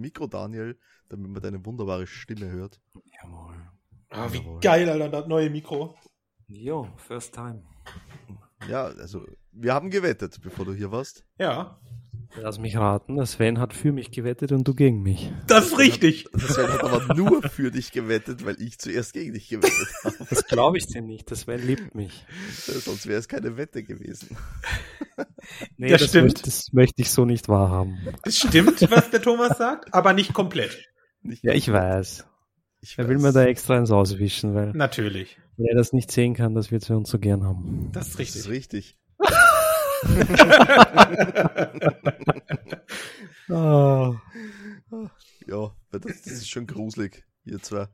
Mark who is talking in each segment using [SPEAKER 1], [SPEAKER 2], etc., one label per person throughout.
[SPEAKER 1] Mikro, Daniel, damit man deine wunderbare Stimme hört.
[SPEAKER 2] Jawohl.
[SPEAKER 3] Ah, wie
[SPEAKER 1] Jawohl.
[SPEAKER 3] geil, Alter, das neue Mikro.
[SPEAKER 2] Jo, first time.
[SPEAKER 1] Ja, also, wir haben gewettet, bevor du hier warst.
[SPEAKER 3] Ja.
[SPEAKER 4] Lass mich raten, der Sven hat für mich gewettet und du gegen mich.
[SPEAKER 3] Das ist richtig.
[SPEAKER 1] Der Sven hat aber nur für dich gewettet, weil ich zuerst gegen dich gewettet habe.
[SPEAKER 4] Das glaube ich dir nicht, der Sven liebt mich.
[SPEAKER 1] Sonst wäre es keine Wette gewesen.
[SPEAKER 4] Nee,
[SPEAKER 3] Das stimmt.
[SPEAKER 4] Möchte, das möchte ich so nicht wahrhaben.
[SPEAKER 3] Es stimmt, was der Thomas sagt, aber nicht komplett.
[SPEAKER 1] Nicht-
[SPEAKER 4] Ja, ich weiß.
[SPEAKER 1] ich
[SPEAKER 4] Er will mir
[SPEAKER 1] weiß.
[SPEAKER 4] da extra ins Auswischen, weil
[SPEAKER 3] Natürlich.
[SPEAKER 4] wer das nicht sehen kann, dass wir es uns so gern haben.
[SPEAKER 3] Das ist
[SPEAKER 1] Das ist
[SPEAKER 3] richtig.
[SPEAKER 1] richtig.
[SPEAKER 4] Ah.
[SPEAKER 1] Ja, weil das, das ist schon gruselig, ihr zwei.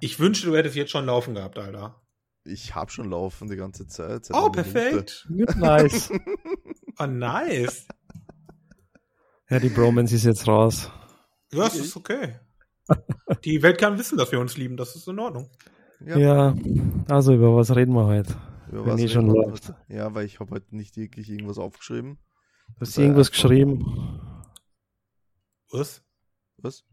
[SPEAKER 3] Ich wünschte, du hättest jetzt schon laufen gehabt, Alter.
[SPEAKER 1] Ich hab schon laufen die ganze Zeit. seit
[SPEAKER 3] Oh,
[SPEAKER 1] einer Minute.
[SPEAKER 3] perfekt.
[SPEAKER 4] Nice.
[SPEAKER 3] Ah, nice.
[SPEAKER 4] Ja, die Bromance ist jetzt raus.
[SPEAKER 3] Ja, es ist okay. Die Welt kann wissen, dass wir uns lieben. Das ist in Ordnung.
[SPEAKER 1] Ja,
[SPEAKER 4] Ja. also über was reden wir heute?
[SPEAKER 1] über
[SPEAKER 4] wenn
[SPEAKER 1] was
[SPEAKER 4] eh schon
[SPEAKER 1] reden wir
[SPEAKER 4] läuft.
[SPEAKER 1] heute? Ja, weil ich habe heute nicht wirklich irgendwas aufgeschrieben.
[SPEAKER 4] Du hast
[SPEAKER 1] Über-
[SPEAKER 4] irgendwas geschrieben,
[SPEAKER 3] Was?
[SPEAKER 1] Was?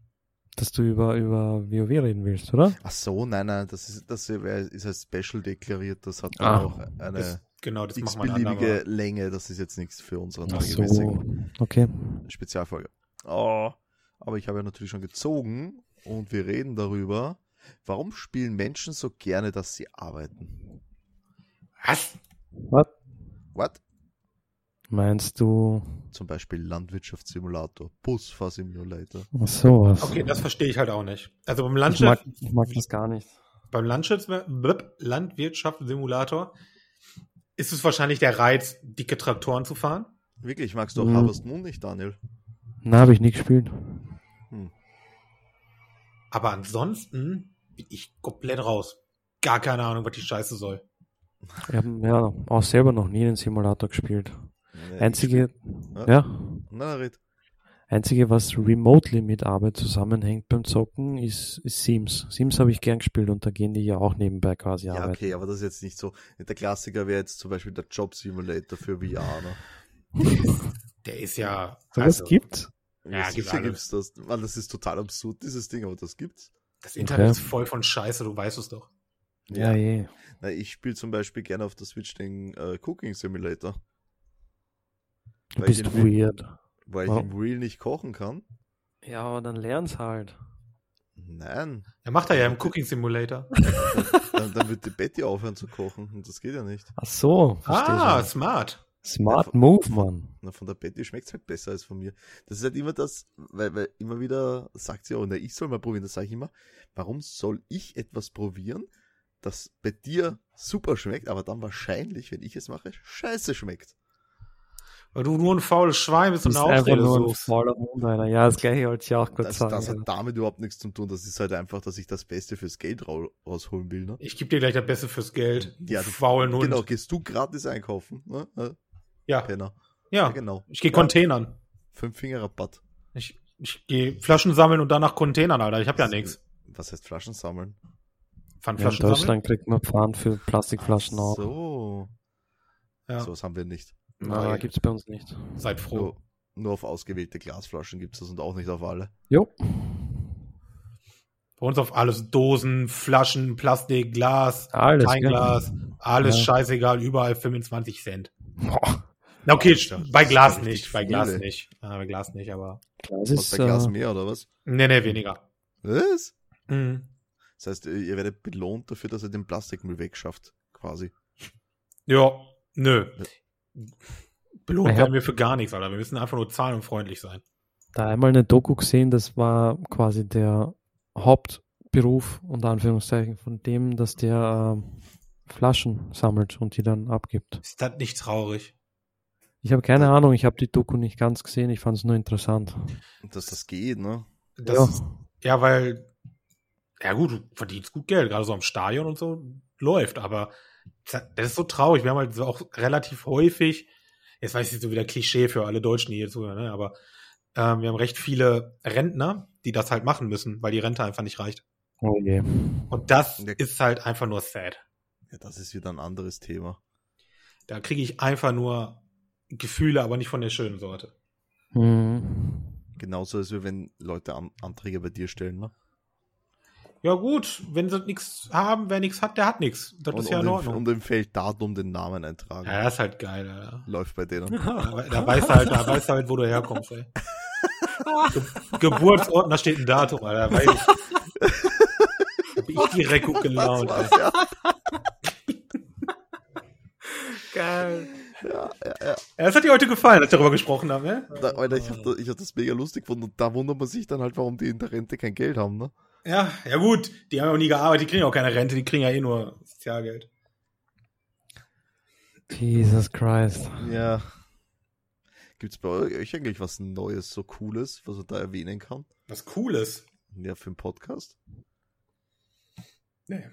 [SPEAKER 4] dass du über, über WoW reden willst, oder?
[SPEAKER 1] Ach so, nein, nein, das ist, das ist als Special deklariert. Das hat
[SPEAKER 4] Ah.
[SPEAKER 1] dann auch
[SPEAKER 3] Das,
[SPEAKER 1] eine
[SPEAKER 3] genau, das machen wir ein
[SPEAKER 1] x-beliebige
[SPEAKER 3] andermal.
[SPEAKER 1] Länge. Das ist jetzt nichts für unsere
[SPEAKER 4] Ach so.
[SPEAKER 1] regelmäßigen
[SPEAKER 4] Okay.
[SPEAKER 1] Spezialfolge. Oh, aber ich habe ja natürlich schon gezogen und wir reden darüber, warum spielen Menschen so gerne, dass sie arbeiten?
[SPEAKER 3] Was?
[SPEAKER 4] Was?
[SPEAKER 1] What?
[SPEAKER 4] Meinst du
[SPEAKER 1] Zum Beispiel Landwirtschaftssimulator, Busfahrsimulator.
[SPEAKER 4] sowas?
[SPEAKER 3] Okay, das verstehe ich halt auch nicht. Also beim
[SPEAKER 4] ich, mag,
[SPEAKER 3] Landschafts
[SPEAKER 4] ich mag das gar nicht.
[SPEAKER 3] beim Landschafts blub, Landwirtschaftssimulator ist es wahrscheinlich der Reiz, dicke Traktoren zu fahren.
[SPEAKER 1] Wirklich, magst du auch
[SPEAKER 4] Mhm.
[SPEAKER 1] Harvest Moon nicht, Daniel?
[SPEAKER 4] Na, habe ich nie gespielt.
[SPEAKER 3] Aber ansonsten bin ich komplett raus. Gar keine Ahnung, was die Scheiße soll.
[SPEAKER 4] Ich habe ja auch selber noch nie einen Simulator gespielt.
[SPEAKER 1] Nee,
[SPEAKER 4] Einzige,
[SPEAKER 1] Ja.
[SPEAKER 4] ja,
[SPEAKER 1] Na, red.
[SPEAKER 4] Einzige, was remotely mit Arbeit zusammenhängt beim Zocken, ist, ist Sims. Sims habe ich gern gespielt und da gehen die ja auch nebenbei quasi
[SPEAKER 1] Ja,
[SPEAKER 4] arbeiten.
[SPEAKER 1] okay, aber das ist jetzt nicht so. Der Klassiker wäre jetzt zum Beispiel der Job Simulator für VR. Ne?
[SPEAKER 3] Der ist ja. also,
[SPEAKER 4] So
[SPEAKER 1] Also,
[SPEAKER 4] was gibt's?
[SPEAKER 3] Ja,
[SPEAKER 1] sicher
[SPEAKER 3] gibt's alles.
[SPEAKER 1] gibt's das. Mann, das ist total absurd, dieses Ding, aber das gibt's.
[SPEAKER 3] Das
[SPEAKER 4] Okay.
[SPEAKER 3] Internet ist voll von Scheiße, du weißt es doch.
[SPEAKER 4] Ja, eh. je.
[SPEAKER 1] Na, ich spiele zum Beispiel gerne auf der Switch den äh, Cooking Simulator,
[SPEAKER 4] Du
[SPEAKER 1] Weil
[SPEAKER 4] bist
[SPEAKER 1] ich den-
[SPEAKER 4] weird.
[SPEAKER 1] weil
[SPEAKER 4] Wow.
[SPEAKER 1] ich im Real nicht kochen kann.
[SPEAKER 4] Ja, aber dann lern's halt.
[SPEAKER 1] Nein,
[SPEAKER 3] Er macht er ja im Cooking Simulator.
[SPEAKER 1] dann, dann wird die Betty aufhören zu kochen und das geht ja nicht.
[SPEAKER 4] Ach so, verstehe
[SPEAKER 3] ah,
[SPEAKER 4] schon.
[SPEAKER 3] smart.
[SPEAKER 4] Smart Move, Mann.
[SPEAKER 1] Na, von der Betty schmeckt's halt besser als von mir. Das ist halt immer das, weil, weil immer wieder sagt sie auch, na, ich soll mal probieren. Das sage ich immer, warum soll ich etwas probieren, das bei dir super schmeckt, aber dann wahrscheinlich, wenn ich es mache, scheiße schmeckt.
[SPEAKER 3] Weil du nur ein faules Schwein bist
[SPEAKER 4] Du
[SPEAKER 3] und
[SPEAKER 4] bist
[SPEAKER 3] eine
[SPEAKER 4] einfach
[SPEAKER 3] Ausrede
[SPEAKER 4] nur ein
[SPEAKER 3] suchst.
[SPEAKER 4] voller Mundweiner. Ja, das gleiche wollte ich auch kurz
[SPEAKER 1] Das, das
[SPEAKER 4] sagen.
[SPEAKER 1] hat damit überhaupt nichts zu tun. Das ist halt einfach, dass ich das Beste fürs Geld rau- rausholen will. Ne?
[SPEAKER 3] Ich gebe dir gleich das Beste fürs Geld.
[SPEAKER 1] Ja,
[SPEAKER 3] du
[SPEAKER 1] du-
[SPEAKER 3] faulen Hund.
[SPEAKER 1] Genau, gehst du gratis einkaufen, ne? ne,
[SPEAKER 3] Ja,
[SPEAKER 1] Penner. Ja,
[SPEAKER 3] ja.
[SPEAKER 1] genau.
[SPEAKER 3] Ich gehe
[SPEAKER 1] Ja.
[SPEAKER 3] Containern.
[SPEAKER 1] Fünf Finger Rabatt.
[SPEAKER 3] Ich, ich gehe Flaschen sammeln und danach Containern, Alter. Ich habe ja nichts.
[SPEAKER 1] Was heißt Flaschen sammeln?
[SPEAKER 4] Ja, in
[SPEAKER 3] Pfandflaschen sammeln.
[SPEAKER 4] Deutschland kriegt man Pfannen für Plastikflaschen auch.
[SPEAKER 1] So,
[SPEAKER 3] Ja.
[SPEAKER 1] sowas haben wir nicht.
[SPEAKER 4] Na,
[SPEAKER 3] Nein.
[SPEAKER 4] gibt's bei uns nicht.
[SPEAKER 3] Seid froh.
[SPEAKER 1] Nur, nur auf ausgewählte Glasflaschen gibt es das und auch nicht auf alle.
[SPEAKER 4] Jo.
[SPEAKER 3] Bei uns auf alles Dosen, Flaschen, Plastik, Glas,
[SPEAKER 4] Alles, gell?
[SPEAKER 3] Weinglas, alles
[SPEAKER 4] Ja.
[SPEAKER 3] scheißegal, überall 25 Cent.
[SPEAKER 4] Boah.
[SPEAKER 3] Na okay,
[SPEAKER 1] Alter,
[SPEAKER 3] bei
[SPEAKER 1] das
[SPEAKER 3] Glas
[SPEAKER 1] ist richtig
[SPEAKER 3] nicht, bei
[SPEAKER 1] viel,
[SPEAKER 3] Glas
[SPEAKER 1] ey.
[SPEAKER 3] nicht. Ah, bei Glas nicht, aber.
[SPEAKER 4] Das
[SPEAKER 1] Was
[SPEAKER 4] ist,
[SPEAKER 1] bei Glas
[SPEAKER 4] äh,
[SPEAKER 1] mehr oder was?
[SPEAKER 3] Nee, nee, weniger.
[SPEAKER 1] Was?
[SPEAKER 3] Mhm.
[SPEAKER 1] Das heißt, äh, ihr ihr werdet belohnt dafür, dass ihr den Plastikmüll wegschafft, quasi.
[SPEAKER 3] Ja, nö. Belohnt
[SPEAKER 4] Ja.
[SPEAKER 3] werden wir für gar nichts, Alter. Wir müssen einfach nur zahlenfreundlich sein.
[SPEAKER 4] da einmal eine Doku gesehen, das war quasi der Hauptberuf, unter Anführungszeichen, von dem, dass der äh, Flaschen sammelt und die dann abgibt.
[SPEAKER 3] Ist das nicht traurig?
[SPEAKER 4] Ich habe keine Ahnung, ich habe die Doku nicht ganz gesehen, ich fand es nur interessant.
[SPEAKER 1] Und dass das geht, ne?
[SPEAKER 3] Das ja. Ist, ja, weil, ja gut, du verdienst gut Geld, gerade so am Stadion und so läuft, aber das das ist so traurig. Wir haben halt so auch relativ häufig, jetzt weiß ich so wieder Klischee für alle Deutschen, die hier zuhören, ne? aber ähm, wir haben recht viele Rentner, die das halt machen müssen, weil die Rente einfach nicht reicht.
[SPEAKER 4] Oh je.
[SPEAKER 3] Und das
[SPEAKER 1] Ja.
[SPEAKER 3] ist halt einfach nur sad.
[SPEAKER 1] Ja, das ist wieder ein anderes Thema.
[SPEAKER 3] Da kriege ich einfach nur Gefühle, aber nicht von der schönen Sorte.
[SPEAKER 4] Mhm.
[SPEAKER 1] Genauso als wenn Leute An Anträge bei dir stellen, ne?
[SPEAKER 3] Ja gut, wenn sie nichts haben, wer nichts hat, der hat nichts. Das
[SPEAKER 1] und, um
[SPEAKER 3] ist ja
[SPEAKER 1] und
[SPEAKER 3] in
[SPEAKER 1] im-
[SPEAKER 3] Ordnung.
[SPEAKER 1] Und im Feld Datum den Namen eintragen.
[SPEAKER 3] ja, das ist halt geil, Alter.
[SPEAKER 1] Läuft bei denen.
[SPEAKER 3] Da, we- da weißt du halt, da weißt du halt, wo du herkommst, ey. Ge Geburtsort, und da steht ein Datum, Alter. Da weiß ich. Da bin ich direkt gut gelaunt.
[SPEAKER 1] war's,
[SPEAKER 3] Alter.
[SPEAKER 1] ja.
[SPEAKER 2] Geil.
[SPEAKER 3] Ja, das hat dir heute gefallen, als wir darüber gesprochen haben, ne?
[SPEAKER 1] Da, Alter, ich hab, das, ich hab das mega lustig gefunden und da wundert man sich dann halt, warum die in der Rente kein Geld haben, ne?
[SPEAKER 3] Ja, ja gut, die haben ja auch nie gearbeitet, die kriegen ja auch keine Rente, die kriegen ja eh nur Sozialgeld.
[SPEAKER 4] Jesus Christ.
[SPEAKER 1] Ja. Gibt's bei euch eigentlich was Neues, so Cooles, was man da erwähnen kann?
[SPEAKER 3] Was Cooles.
[SPEAKER 1] Ja, für einen Podcast?
[SPEAKER 3] Nee.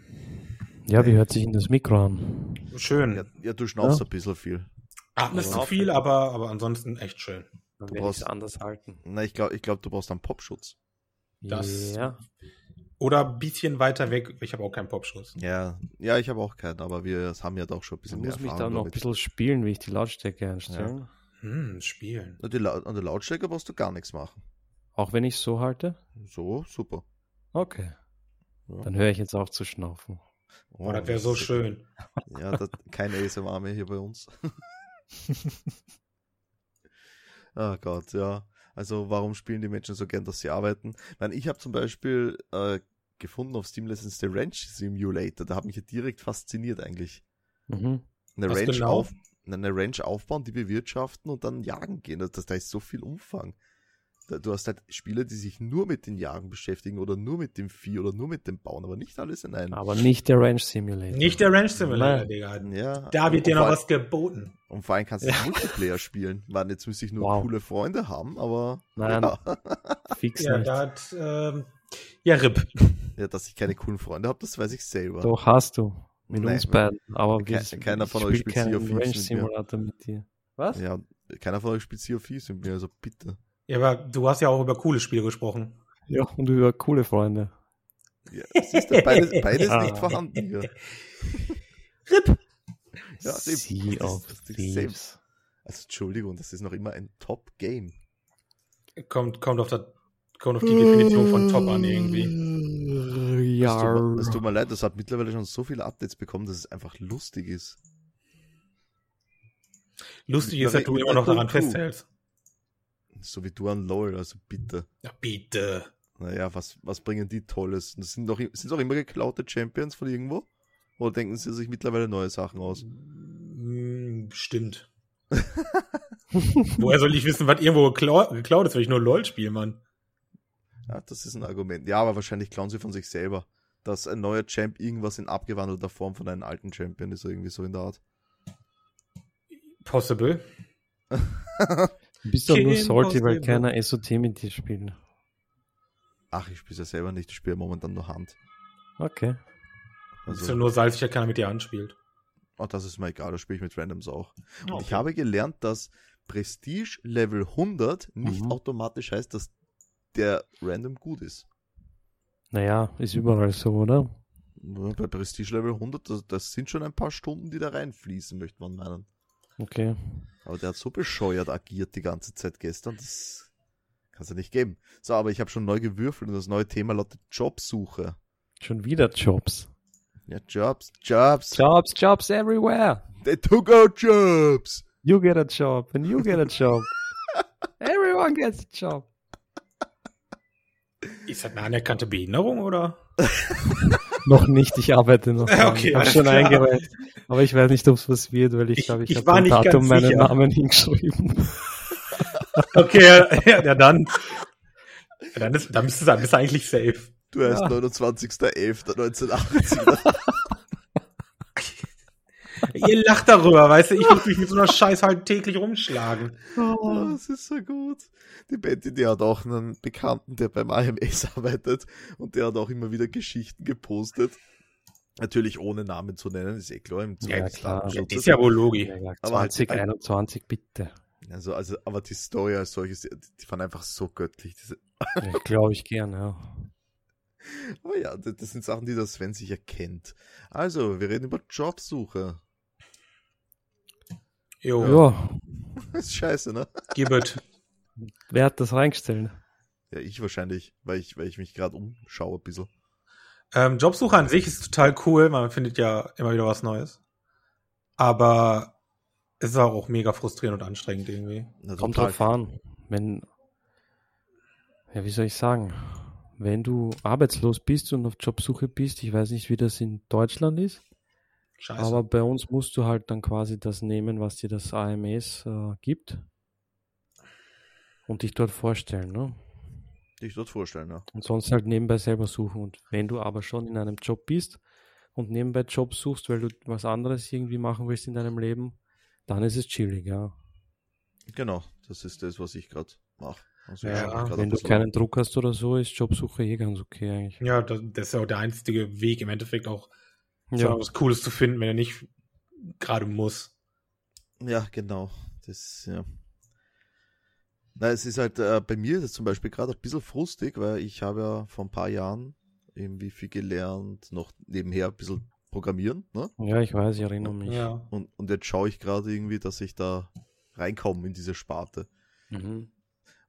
[SPEAKER 4] Ja, wie hört sich denn das Mikro an?
[SPEAKER 3] Schön. Genau.
[SPEAKER 1] Ja, ja du schnaufst
[SPEAKER 4] Ja.
[SPEAKER 1] ein bisschen viel.
[SPEAKER 3] Atmen ist zu viel, aber, aber ansonsten echt schön.
[SPEAKER 1] Du brauchst-
[SPEAKER 4] es anders halten.
[SPEAKER 1] Na, ich glaube, ich glaub, du brauchst einen Popschutz.
[SPEAKER 3] Das-
[SPEAKER 4] ja.
[SPEAKER 3] Oder ein bisschen weiter weg, ich habe auch keinen Popschuss.
[SPEAKER 1] Ja, ja, ich habe auch keinen, aber wir haben ja doch schon ein
[SPEAKER 4] Ich
[SPEAKER 1] bisschen mehr
[SPEAKER 4] muss mich da
[SPEAKER 1] Erfahrung
[SPEAKER 4] noch ein
[SPEAKER 1] damit.
[SPEAKER 4] bisschen spielen, wie ich die Lautstärke einstelle.
[SPEAKER 3] Hm, spielen.
[SPEAKER 1] Na, die Lau- An der Lautstärke brauchst du gar nichts machen.
[SPEAKER 4] Auch wenn ich so halte?
[SPEAKER 1] So, super.
[SPEAKER 4] Okay.
[SPEAKER 1] Ja.
[SPEAKER 4] Dann höre ich jetzt auf zu schnaufen.
[SPEAKER 1] Oh,
[SPEAKER 3] Oh, das wäre so
[SPEAKER 1] ist-
[SPEAKER 3] schön.
[SPEAKER 1] Ja, das, kein ASMR mehr hier bei uns. Ah Gott, ja. Also warum spielen die Menschen so gern, dass sie arbeiten? Ich, meine, ich habe zum Beispiel äh, gefunden auf Steam letztens der Ranch Simulator. Da hat mich ja direkt fasziniert eigentlich.
[SPEAKER 4] Mhm.
[SPEAKER 1] Eine
[SPEAKER 3] Was
[SPEAKER 1] Ranch,
[SPEAKER 3] genau?
[SPEAKER 1] auf, eine Ranch aufbauen, die bewirtschaften und dann jagen gehen. Das, das, da ist so viel Umfang. Da, du hast halt Spieler, die sich nur mit den Jagen beschäftigen oder nur mit dem Vieh oder nur mit dem Bauen, aber nicht alles in einem.
[SPEAKER 4] Aber nicht der Range Simulator.
[SPEAKER 3] Nicht der Ranch Simulator,
[SPEAKER 4] Nein.
[SPEAKER 3] Digga.
[SPEAKER 1] Ja,
[SPEAKER 3] Da
[SPEAKER 1] und
[SPEAKER 3] wird dir noch
[SPEAKER 1] vor-
[SPEAKER 3] was geboten.
[SPEAKER 1] Und vor allem kannst du ja. Multiplayer spielen. Mann, jetzt müsste ich nur
[SPEAKER 4] Wow.
[SPEAKER 1] coole Freunde haben, aber
[SPEAKER 4] Nein.
[SPEAKER 1] Ja,
[SPEAKER 4] Fix
[SPEAKER 3] Ja,
[SPEAKER 4] nicht.
[SPEAKER 3] da hat, ähm, ja, Rip.
[SPEAKER 1] ja, dass ich keine coolen Freunde habe, das weiß ich selber.
[SPEAKER 4] Doch hast du. Mit
[SPEAKER 1] Nein,
[SPEAKER 4] uns beiden. Aber wir,
[SPEAKER 1] Ke- keiner von
[SPEAKER 4] ich
[SPEAKER 1] euch
[SPEAKER 4] spiel
[SPEAKER 1] spielt Sea of
[SPEAKER 4] keinen
[SPEAKER 1] Thieves
[SPEAKER 4] Range
[SPEAKER 1] mit mir.
[SPEAKER 4] Simulator mit dir. Was?
[SPEAKER 1] Ja, keiner von euch spielt Sea of Thieves mit mir, also bitte.
[SPEAKER 3] Ja, aber du hast ja auch über coole Spiele gesprochen.
[SPEAKER 4] Ja, und über coole Freunde.
[SPEAKER 1] Ja, siehst du, beides, beides
[SPEAKER 4] Ja.
[SPEAKER 1] nicht vorhanden hier.
[SPEAKER 3] Rip.
[SPEAKER 1] Ja, das ist-
[SPEAKER 4] sea
[SPEAKER 1] das
[SPEAKER 4] of
[SPEAKER 1] ist- das ist
[SPEAKER 4] Thieves.
[SPEAKER 1] Also Entschuldigung, das ist noch immer ein Top-Game.
[SPEAKER 3] Kommt, kommt auf das, kommt
[SPEAKER 1] Hm.
[SPEAKER 3] auf die Definition von Top an irgendwie.
[SPEAKER 1] Es tut mir- Es
[SPEAKER 4] Ja.
[SPEAKER 1] tut mir leid, das hat mittlerweile schon so viele Updates bekommen, dass es einfach lustig ist.
[SPEAKER 3] Lustig ist,
[SPEAKER 1] Hm.
[SPEAKER 3] dass du immer noch daran festhältst.
[SPEAKER 1] So wie du an LOL, also bitte.
[SPEAKER 3] Ja, bitte.
[SPEAKER 1] Naja, was, was bringen die Tolles? Das sind doch, sind doch immer geklaute Champions von irgendwo? Oder denken sie sich mittlerweile neue Sachen aus?
[SPEAKER 3] Mm, Stimmt. Woher soll ich wissen, was irgendwo geklau geklaut ist, wenn ich nur LOL spiele, Mann?
[SPEAKER 1] Ja, das ist ein Argument. Ja, aber wahrscheinlich klauen sie von sich selber. Dass ein neuer Champ irgendwas in abgewandelter Form von einem alten Champion ist, irgendwie so in der Art.
[SPEAKER 3] Possible.
[SPEAKER 4] Du bist doch nur
[SPEAKER 3] Kim
[SPEAKER 4] salty, weil
[SPEAKER 3] Possible.
[SPEAKER 4] keiner SOT mit dir spielt.
[SPEAKER 1] Ach, ich spiele ja selber nicht, ich spiele momentan nur Hand.
[SPEAKER 4] Okay.
[SPEAKER 3] Das ist ja
[SPEAKER 1] Also,
[SPEAKER 3] nur salzig, dass keiner mit dir anspielt.
[SPEAKER 1] oh, das ist mir egal, das spiele ich mit Randoms auch. Und
[SPEAKER 3] Okay.
[SPEAKER 1] ich habe gelernt, dass Prestige Level 100 nicht
[SPEAKER 4] Mhm.
[SPEAKER 1] automatisch heißt, dass der Random gut ist.
[SPEAKER 4] Naja, ist überall so, oder?
[SPEAKER 1] Ja, Bei Prestige Level 100, das, das sind schon ein paar Stunden, die da reinfließen, möchte man meinen.
[SPEAKER 4] Okay.
[SPEAKER 1] Aber der hat so bescheuert agiert die ganze Zeit gestern, das kannst du nicht geben. So, aber ich habe schon neu gewürfelt und das neue Thema lautet Jobsuche.
[SPEAKER 4] Schon wieder Jobs.
[SPEAKER 1] Ja, Jobs, Jobs,
[SPEAKER 4] Jobs, Jobs everywhere.
[SPEAKER 1] they took out Jobs.
[SPEAKER 4] You get a job and you get a job. Everyone gets a job.
[SPEAKER 3] Ist das eine anerkannte Behinderung, oder?
[SPEAKER 4] Noch nicht, ich arbeite noch. dran.
[SPEAKER 3] Okay,
[SPEAKER 4] ich habe
[SPEAKER 3] alles
[SPEAKER 4] schon
[SPEAKER 3] klar.
[SPEAKER 4] eingereicht. Aber ich weiß nicht, ob es was wird, weil ich
[SPEAKER 3] Ich-
[SPEAKER 4] glaube, ich,
[SPEAKER 3] ich
[SPEAKER 4] hab
[SPEAKER 3] war
[SPEAKER 4] habe
[SPEAKER 3] nicht ganz
[SPEAKER 4] Datum meinen
[SPEAKER 3] sicher.
[SPEAKER 4] Namen hingeschrieben.
[SPEAKER 3] Okay, ja, ja, ja dann. Ja, Dann, ist, dann bist du, dann bist du eigentlich safe.
[SPEAKER 1] Du heißt
[SPEAKER 4] Ja.
[SPEAKER 1] 29.11.1980.
[SPEAKER 3] Ihr lacht darüber, weißt du? Ich muss mich mit so einer Scheiße halt täglich rumschlagen.
[SPEAKER 1] Oh, das ist so gut. Die Betty, die hat auch einen Bekannten, der beim AMS arbeitet und der hat auch immer wieder Geschichten gepostet. Natürlich ohne Namen zu nennen, ist eh klar. Im Zuge
[SPEAKER 4] Ja,
[SPEAKER 1] des
[SPEAKER 4] klar.
[SPEAKER 1] Datenschutzes.
[SPEAKER 3] Ist ja wohl Logi.
[SPEAKER 4] Ja, ja,
[SPEAKER 1] Aber halt-
[SPEAKER 4] 2021, bitte.
[SPEAKER 1] Also, also, aber die Story als solches, die, die waren einfach so göttlich. Diese,
[SPEAKER 4] Ja, glaube ich gern, ja.
[SPEAKER 1] aber Oh ja, das, das sind Sachen, die der Sven sicher kennt. Also, wir reden über Jobsuche.
[SPEAKER 3] Jo,
[SPEAKER 4] Ja,
[SPEAKER 1] Ist scheiße, ne?
[SPEAKER 3] gib it.
[SPEAKER 4] Wer hat das reingestellt?
[SPEAKER 1] Ja, ich wahrscheinlich, weil ich, weil ich mich gerade umschaue ein bisschen.
[SPEAKER 3] Ähm, Jobsuche an sich ist total cool, man findet ja immer wieder was Neues. Aber es war auch mega frustrierend und anstrengend irgendwie.
[SPEAKER 1] Na,
[SPEAKER 4] Kommt
[SPEAKER 1] total.
[SPEAKER 4] drauf an. Wenn, ja, wie soll ich sagen? Wenn du arbeitslos bist und auf Jobsuche bist, ich weiß nicht, wie das in Deutschland ist,
[SPEAKER 3] Scheiße.
[SPEAKER 4] aber bei uns musst du halt dann quasi das nehmen, was dir das AMS äh, gibt und dich dort vorstellen, ne?
[SPEAKER 1] Dich dort vorstellen, ja.
[SPEAKER 4] Und sonst halt nebenbei selber suchen. Und wenn du aber schon in einem Job bist und nebenbei Job suchst, weil du was anderes irgendwie machen willst in deinem Leben, dann ist es chillig, ja.
[SPEAKER 1] Genau, das ist das, was ich gerade mache. Also ich
[SPEAKER 3] Ja,
[SPEAKER 1] schau mir grad
[SPEAKER 4] Wenn
[SPEAKER 1] ein
[SPEAKER 4] du
[SPEAKER 1] bisschen
[SPEAKER 4] keinen Druck hast oder so, ist Jobsuche eh ganz okay eigentlich.
[SPEAKER 3] ja, das, das ist ja auch der einzige Weg im Endeffekt auch,
[SPEAKER 4] Ja,
[SPEAKER 3] was Cooles zu finden, wenn er nicht gerade muss.
[SPEAKER 1] an. Ja, genau. Das, ja. Na, es ist halt, äh, bei mir ist es zum Beispiel gerade ein bisschen frustig, weil ich habe ja vor ein paar Jahren irgendwie viel gelernt, noch nebenher ein bisschen programmieren, ne?
[SPEAKER 4] ja ich weiß, ich erinnere mich.
[SPEAKER 3] Ja.
[SPEAKER 1] Und, und jetzt schaue ich gerade irgendwie, dass ich da reinkomme in diese Sparte.
[SPEAKER 4] Mhm.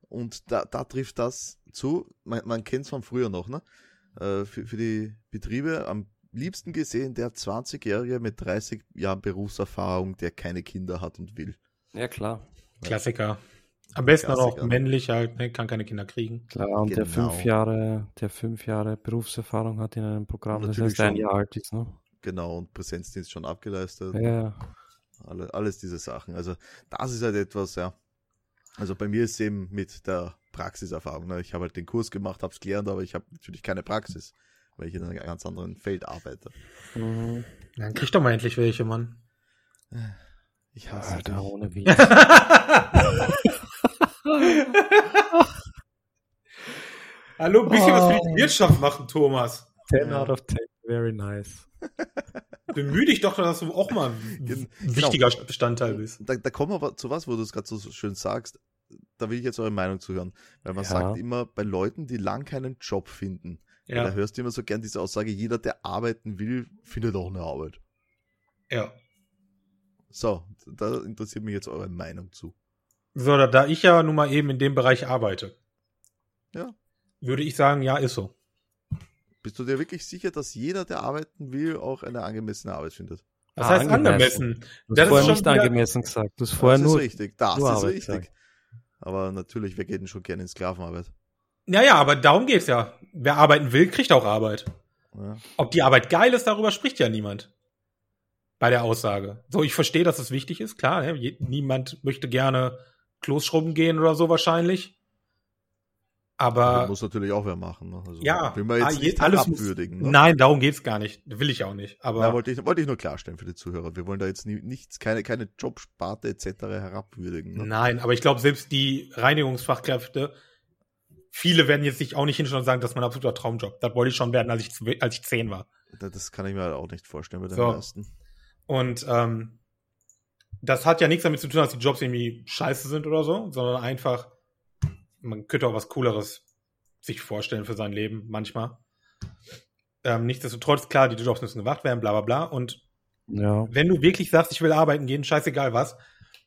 [SPEAKER 1] Und da, da trifft das zu. Man, man kennt es von früher noch, ne? Äh, für, für die Betriebe am liebsten gesehen der 20-Jährige mit 30 Jahren Berufserfahrung, der keine Kinder hat und will.
[SPEAKER 4] Ja, klar.
[SPEAKER 3] Klassiker. Am besten aber auch
[SPEAKER 1] Klassiker.
[SPEAKER 3] männlich halt, ne? kann keine Kinder kriegen.
[SPEAKER 4] Klar, und der
[SPEAKER 1] Genau.
[SPEAKER 4] fünf Jahre, der fünf Jahre Berufserfahrung hat in einem Programm, das
[SPEAKER 1] Natürlich
[SPEAKER 4] heißt ein
[SPEAKER 1] schon.
[SPEAKER 4] Jahr alt ist, ne?
[SPEAKER 1] Genau, und Präsenzdienst schon abgeleistet.
[SPEAKER 4] Ja, ja.
[SPEAKER 1] Alle, alles diese Sachen. Also das ist halt etwas, ja. Also bei mir ist es eben mit der Praxiserfahrung. Ne? Ich habe halt den Kurs gemacht, habe es gelernt, aber ich habe natürlich keine Praxis, weil ich in einem ganz anderen Feld arbeite.
[SPEAKER 4] Mhm.
[SPEAKER 3] Dann krieg doch mal endlich welche, Mann.
[SPEAKER 1] Ich hasse
[SPEAKER 4] Alter,
[SPEAKER 1] dich.
[SPEAKER 4] ohne Witz.
[SPEAKER 3] Hallo, ein bisschen was für
[SPEAKER 4] Oh.
[SPEAKER 3] die Wirtschaft machen, Thomas.
[SPEAKER 4] 10 out of 10, very nice.
[SPEAKER 3] Bemühe dich doch, dass du auch mal ein
[SPEAKER 1] Gen-
[SPEAKER 3] wichtiger
[SPEAKER 1] genau.
[SPEAKER 3] Bestandteil bist.
[SPEAKER 1] Da, da kommen wir aber zu was, wo du es gerade so so schön sagst. Da will ich jetzt eure Meinung zu hören. Weil man
[SPEAKER 4] Ja.
[SPEAKER 1] sagt immer, bei Leuten, die lang keinen Job finden, da
[SPEAKER 3] Ja,
[SPEAKER 1] hörst du immer so gern diese Aussage, jeder, der arbeiten will, findet auch eine Arbeit.
[SPEAKER 3] ja.
[SPEAKER 1] So, da interessiert mich jetzt eure Meinung zu.
[SPEAKER 3] So, da, da ich ja nun mal eben in dem Bereich arbeite,
[SPEAKER 1] Ja.
[SPEAKER 3] würde ich sagen, ja, ist so.
[SPEAKER 1] Bist du dir wirklich sicher, dass jeder, der arbeiten will, auch eine angemessene Arbeit findet?
[SPEAKER 3] Das
[SPEAKER 4] Ah,
[SPEAKER 3] heißt angemessen.
[SPEAKER 4] Du
[SPEAKER 3] Das
[SPEAKER 4] hast
[SPEAKER 3] ist
[SPEAKER 4] vorher
[SPEAKER 3] schon
[SPEAKER 4] nicht
[SPEAKER 3] wieder-
[SPEAKER 4] angemessen gesagt. Du hast vorher
[SPEAKER 1] das
[SPEAKER 4] nur.
[SPEAKER 1] ist richtig, das
[SPEAKER 4] nur
[SPEAKER 1] ist
[SPEAKER 4] Arbeit
[SPEAKER 1] richtig.
[SPEAKER 4] sagen.
[SPEAKER 1] Aber natürlich, wir gehen schon gerne in Sklavenarbeit.
[SPEAKER 3] Naja, aber darum geht's ja. Wer arbeiten will, kriegt auch Arbeit.
[SPEAKER 1] Ja.
[SPEAKER 3] Ob die Arbeit geil ist, darüber spricht ja niemand. Bei der Aussage. So, ich verstehe, dass es wichtig ist, klar. Ne? Je- Niemand möchte gerne Klos schrubben gehen oder so wahrscheinlich.
[SPEAKER 1] Das
[SPEAKER 3] Aber
[SPEAKER 1] muss natürlich auch wer machen. Ne? Also,
[SPEAKER 3] Ja,
[SPEAKER 1] will man jetzt
[SPEAKER 3] ah, je-
[SPEAKER 1] nicht
[SPEAKER 3] alles muss-
[SPEAKER 1] abwürdigen. ne?
[SPEAKER 3] nein, darum geht's gar nicht. Will ich auch nicht. Aber
[SPEAKER 1] Na, wollte, ich, wollte ich nur klarstellen für die Zuhörer. Wir wollen da jetzt nie, nichts, keine, keine Jobsparte etc. herabwürdigen. Ne?
[SPEAKER 3] Nein, aber ich glaube, selbst die Reinigungsfachkräfte, viele werden jetzt sich auch nicht hinschauen und sagen, das ist mein absoluter Traumjob. Das wollte ich schon werden, als ich, zw- als ich zehn war.
[SPEAKER 1] Da- Das kann ich mir halt auch nicht vorstellen bei den
[SPEAKER 3] So.
[SPEAKER 1] meisten.
[SPEAKER 3] Und ähm, das hat ja nichts damit zu tun, dass die Jobs irgendwie scheiße sind oder so, sondern einfach, man könnte auch was Cooleres sich vorstellen für sein Leben manchmal. Ähm, nichtsdestotrotz, klar, die Jobs müssen gemacht werden, bla bla bla. Und
[SPEAKER 4] Ja,
[SPEAKER 3] wenn du wirklich sagst, ich will arbeiten gehen, scheißegal was,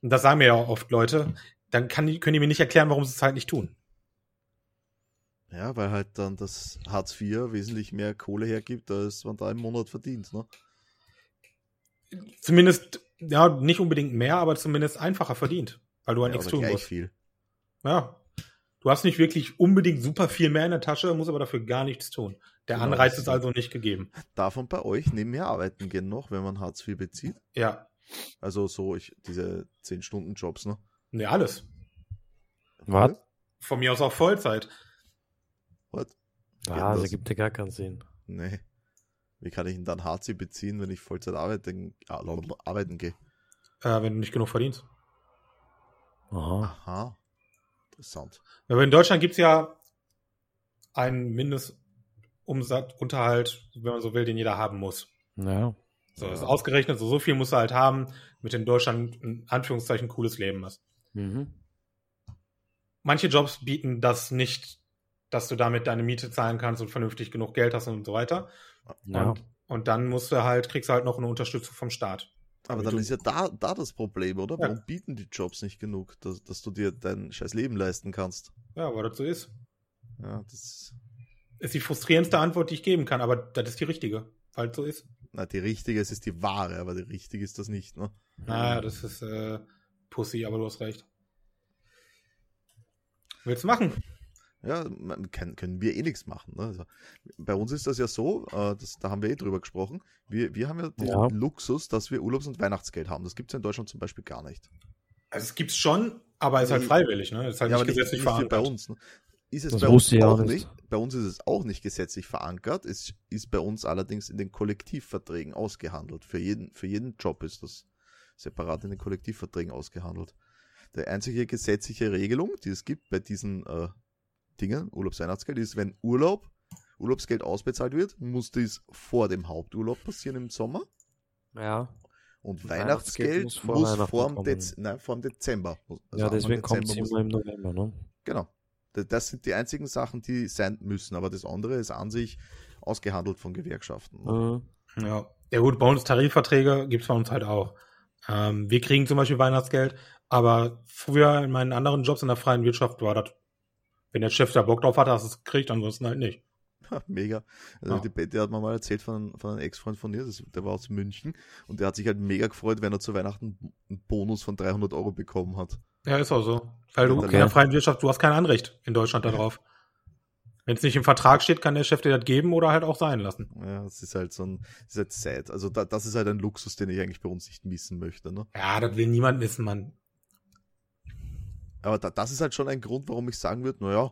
[SPEAKER 3] und das sagen mir ja auch oft Leute, dann kann die, können die mir nicht erklären, warum sie es halt nicht tun.
[SPEAKER 1] Ja, weil halt dann das Hartz IV wesentlich mehr Kohle hergibt, als man da im Monat verdient. Ne?
[SPEAKER 3] zumindest, ja, nicht unbedingt mehr, aber zumindest einfacher verdient, weil du halt
[SPEAKER 1] Ja,
[SPEAKER 3] nichts
[SPEAKER 1] oder
[SPEAKER 3] tun
[SPEAKER 1] gleich
[SPEAKER 3] musst.
[SPEAKER 1] viel.
[SPEAKER 3] Ja. Du hast nicht wirklich unbedingt super viel mehr in der Tasche, musst aber dafür gar nichts tun. Der
[SPEAKER 1] Genau.
[SPEAKER 3] Anreiz ist also nicht gegeben.
[SPEAKER 1] Darf man bei euch nebenher arbeiten gehen noch, wenn man Hartz IV bezieht?
[SPEAKER 3] Ja.
[SPEAKER 1] Also so ich, diese 10-Stunden-Jobs, ne?
[SPEAKER 3] Nee, alles.
[SPEAKER 4] was?
[SPEAKER 3] Von mir aus auch Vollzeit.
[SPEAKER 1] What? Geht
[SPEAKER 4] Ah, das
[SPEAKER 1] das?
[SPEAKER 4] ergibt ja gar keinen Sinn.
[SPEAKER 1] Nee. Wie kann ich denn dann Hartz IV beziehen, wenn ich Vollzeit arbeiten, ah, lalalala, arbeiten gehe?
[SPEAKER 3] Äh, wenn du nicht genug verdienst. Ah.
[SPEAKER 4] Aha.
[SPEAKER 1] Aha. Interessant.
[SPEAKER 3] Aber in Deutschland gibt's ja einen Mindestumsatzunterhalt, wenn man so will, den jeder haben muss.
[SPEAKER 4] Ja.
[SPEAKER 3] So, das ist
[SPEAKER 1] Ja.
[SPEAKER 3] ausgerechnet, so, so viel musst du halt haben, mit in Deutschland in Anführungszeichen cooles Leben hast.
[SPEAKER 4] Mhm.
[SPEAKER 3] manche Jobs bieten das nicht, dass du damit deine Miete zahlen kannst und vernünftig genug Geld hast und so weiter.
[SPEAKER 4] Ja.
[SPEAKER 3] Und, und dann musst du halt, kriegst du halt noch eine Unterstützung vom Staat.
[SPEAKER 1] Aber dann ist ja da, da das Problem, oder? Warum bieten die Jobs nicht genug, dass, dass du dir dein scheiß Leben leisten kannst?
[SPEAKER 3] Ja, aber dazu ist.
[SPEAKER 1] Ja, das
[SPEAKER 3] Ist die frustrierendste Antwort, die ich geben kann, aber das ist die richtige, falls so ist.
[SPEAKER 1] Na, die richtige, es ist die wahre, aber die richtige ist das nicht, ne?
[SPEAKER 3] Naja, Ah, das ist äh, Pussy, aber du hast recht. Willst du machen?
[SPEAKER 1] Ja, man kann, können wir eh nichts machen. Ne? Also, bei uns ist das ja so, äh, das, da haben wir eh drüber gesprochen. Wir, wir haben ja den
[SPEAKER 4] Ja.
[SPEAKER 1] Luxus, dass wir Urlaubs- und Weihnachtsgeld haben. Das gibt es in Deutschland zum Beispiel gar nicht.
[SPEAKER 3] Also es gibt's schon, aber ist halt freiwillig, ne? Ist halt
[SPEAKER 1] ja,
[SPEAKER 3] nicht gesetzlich
[SPEAKER 1] hier
[SPEAKER 3] verankert.
[SPEAKER 1] bei uns. Ne? Ist es
[SPEAKER 4] Das
[SPEAKER 1] bei uns
[SPEAKER 4] wusste ich auch
[SPEAKER 1] auch
[SPEAKER 4] nicht.
[SPEAKER 1] nicht. Bei uns ist es auch nicht gesetzlich verankert. Es ist bei uns allerdings in den Kollektivverträgen ausgehandelt. Für jeden, für jeden Job ist das separat in den Kollektivverträgen ausgehandelt. Die einzige gesetzliche Regelung, die es gibt bei diesen äh, Dingen, Urlaubsweihnachtsgeld, ist, wenn Urlaub, Urlaubsgeld ausbezahlt wird, muss dies vor dem Haupturlaub passieren im Sommer.
[SPEAKER 4] Ja.
[SPEAKER 1] Und Weihnachtsgeld
[SPEAKER 4] Weihnachtsgeld
[SPEAKER 1] muss,
[SPEAKER 4] muss vor Weihnachten
[SPEAKER 1] vor, dem
[SPEAKER 4] kommen.
[SPEAKER 1] Dez nein, vor dem Dezember. Also
[SPEAKER 4] ja,
[SPEAKER 1] Anfang
[SPEAKER 4] deswegen kommt es
[SPEAKER 1] Dezember muss-
[SPEAKER 4] immer im November, ne?
[SPEAKER 1] Genau. D- Das sind die einzigen Sachen, die sein müssen. Aber das andere ist an sich ausgehandelt von Gewerkschaften. ne?
[SPEAKER 4] Mhm.
[SPEAKER 3] Ja. ja gut, bei uns Tarifverträge gibt's bei uns halt auch. Ähm, wir kriegen zum Beispiel Weihnachtsgeld, aber früher in meinen anderen Jobs in der freien Wirtschaft war das, wenn der Chef da Bock drauf hatte, hast du es gekriegt, ansonsten halt nicht.
[SPEAKER 1] Ha, Mega. Also
[SPEAKER 3] Ja.
[SPEAKER 1] Die Betty hat mir mal erzählt von, von einem Ex-Freund von ihr, das, der war aus München und der hat sich halt mega gefreut, wenn er zu Weihnachten einen Bonus von 300 Euro bekommen hat.
[SPEAKER 3] Ja, ist auch so. Weil du
[SPEAKER 1] Okay.
[SPEAKER 3] in der freien Wirtschaft, du hast kein Anrecht in Deutschland darauf. Wenn es nicht im Vertrag steht, kann der Chef dir das geben oder halt auch sein lassen.
[SPEAKER 1] Ja, das ist halt so ein, das ist halt sad. Also da, das ist halt ein Luxus, den ich eigentlich bei uns nicht missen möchte. Ne?
[SPEAKER 3] Ja, das will niemand wissen, Mann.
[SPEAKER 1] Aber da, das ist halt schon ein Grund, warum ich sagen würde, naja,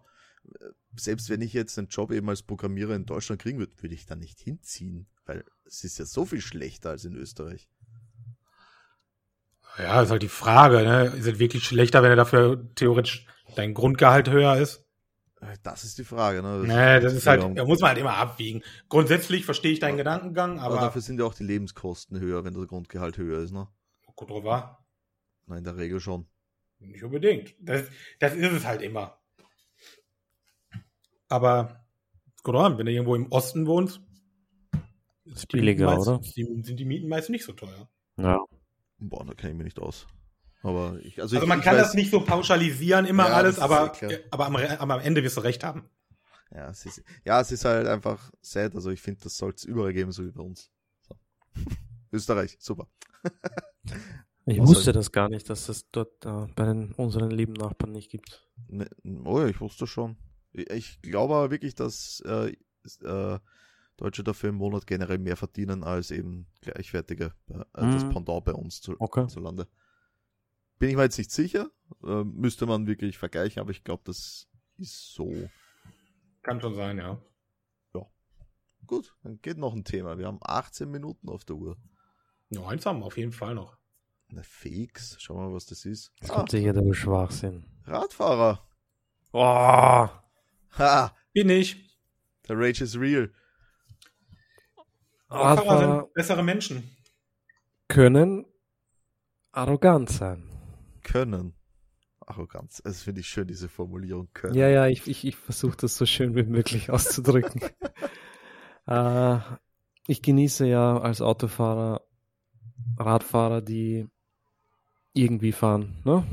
[SPEAKER 1] selbst wenn ich jetzt einen Job eben als Programmierer in Deutschland kriegen würde, würde ich da nicht hinziehen, weil es ist ja so viel schlechter als in Österreich.
[SPEAKER 3] Ja, ist halt die Frage, ne? Ist es wirklich schlechter, wenn er dafür theoretisch dein Grundgehalt höher ist?
[SPEAKER 1] Äh, Das ist die Frage. Ne?
[SPEAKER 3] Nee, das ist halt,
[SPEAKER 1] Ja,
[SPEAKER 3] da muss man halt immer abwiegen. Grundsätzlich verstehe ich deinen Gedankengang,
[SPEAKER 1] aber,
[SPEAKER 3] aber,
[SPEAKER 1] dafür sind ja auch die Lebenskosten höher, wenn das Grundgehalt höher ist. Ne?
[SPEAKER 3] gut drüber,
[SPEAKER 1] Na, in der Regel schon.
[SPEAKER 3] nicht unbedingt. Das, das ist es halt immer. Aber gut drüber, wenn du irgendwo im Osten wohnst,
[SPEAKER 4] Ist
[SPEAKER 3] die
[SPEAKER 4] billiger,
[SPEAKER 3] Mieten meist,
[SPEAKER 4] oder?
[SPEAKER 3] die- Sind die Mieten meist nicht so teuer.
[SPEAKER 4] Ja.
[SPEAKER 1] Boah, da kenne ich mir nicht aus. Aber ich, also,
[SPEAKER 3] Also
[SPEAKER 1] ich,
[SPEAKER 3] man
[SPEAKER 1] ich
[SPEAKER 3] kann
[SPEAKER 1] weiß-
[SPEAKER 3] das nicht so pauschalisieren, immer
[SPEAKER 1] Ja,
[SPEAKER 3] alles,
[SPEAKER 1] das ist eh
[SPEAKER 3] aber,
[SPEAKER 1] klar.
[SPEAKER 3] aber, am, Re- aber am Ende wirst du recht haben.
[SPEAKER 1] Ja, es ist, ja, es ist halt einfach sad. Also ich finde, das soll es überall geben, so wie bei uns. So. Österreich, super.
[SPEAKER 4] Ich
[SPEAKER 1] Was
[SPEAKER 4] wusste
[SPEAKER 1] soll-
[SPEAKER 4] das gar nicht, dass das dort äh, bei den, unseren lieben Nachbarn nicht gibt.
[SPEAKER 1] Ne, Oh ja, ich wusste schon. Ich- Ich glaube aber wirklich, dass äh, s- äh, Deutsche dafür im Monat generell mehr verdienen als eben gleichwertige, äh, das
[SPEAKER 4] Mhm.
[SPEAKER 1] Pendant bei uns zu,
[SPEAKER 4] Okay.
[SPEAKER 1] zulande. Bin ich mir jetzt nicht sicher, äh, müsste man wirklich vergleichen, aber ich glaube, das ist so.
[SPEAKER 3] Kann schon sein, ja.
[SPEAKER 1] Gut, dann geht noch ein Thema. Wir haben 18 Minuten auf der Uhr.
[SPEAKER 3] Nur eins haben wir auf jeden Fall noch.
[SPEAKER 1] Na, fix, schauen wir mal, was das ist.
[SPEAKER 4] Das
[SPEAKER 1] Ah,
[SPEAKER 4] kommt sicher der Schwachsinn.
[SPEAKER 1] Radfahrer.
[SPEAKER 4] Oh!
[SPEAKER 1] Ha,
[SPEAKER 3] Bin ich.
[SPEAKER 1] der Rage is real.
[SPEAKER 4] Ah,
[SPEAKER 3] Radfahrer
[SPEAKER 4] Radfahrer
[SPEAKER 3] sind bessere Menschen.
[SPEAKER 4] können arrogant sein.
[SPEAKER 1] Können. Arroganz. Das finde ich schön, diese Formulierung. Können.
[SPEAKER 4] Ja, ja, ich, ich, ich versuche das so schön wie möglich auszudrücken. äh, ich genieße ja als Autofahrer Radfahrer, die irgendwie fahren ne?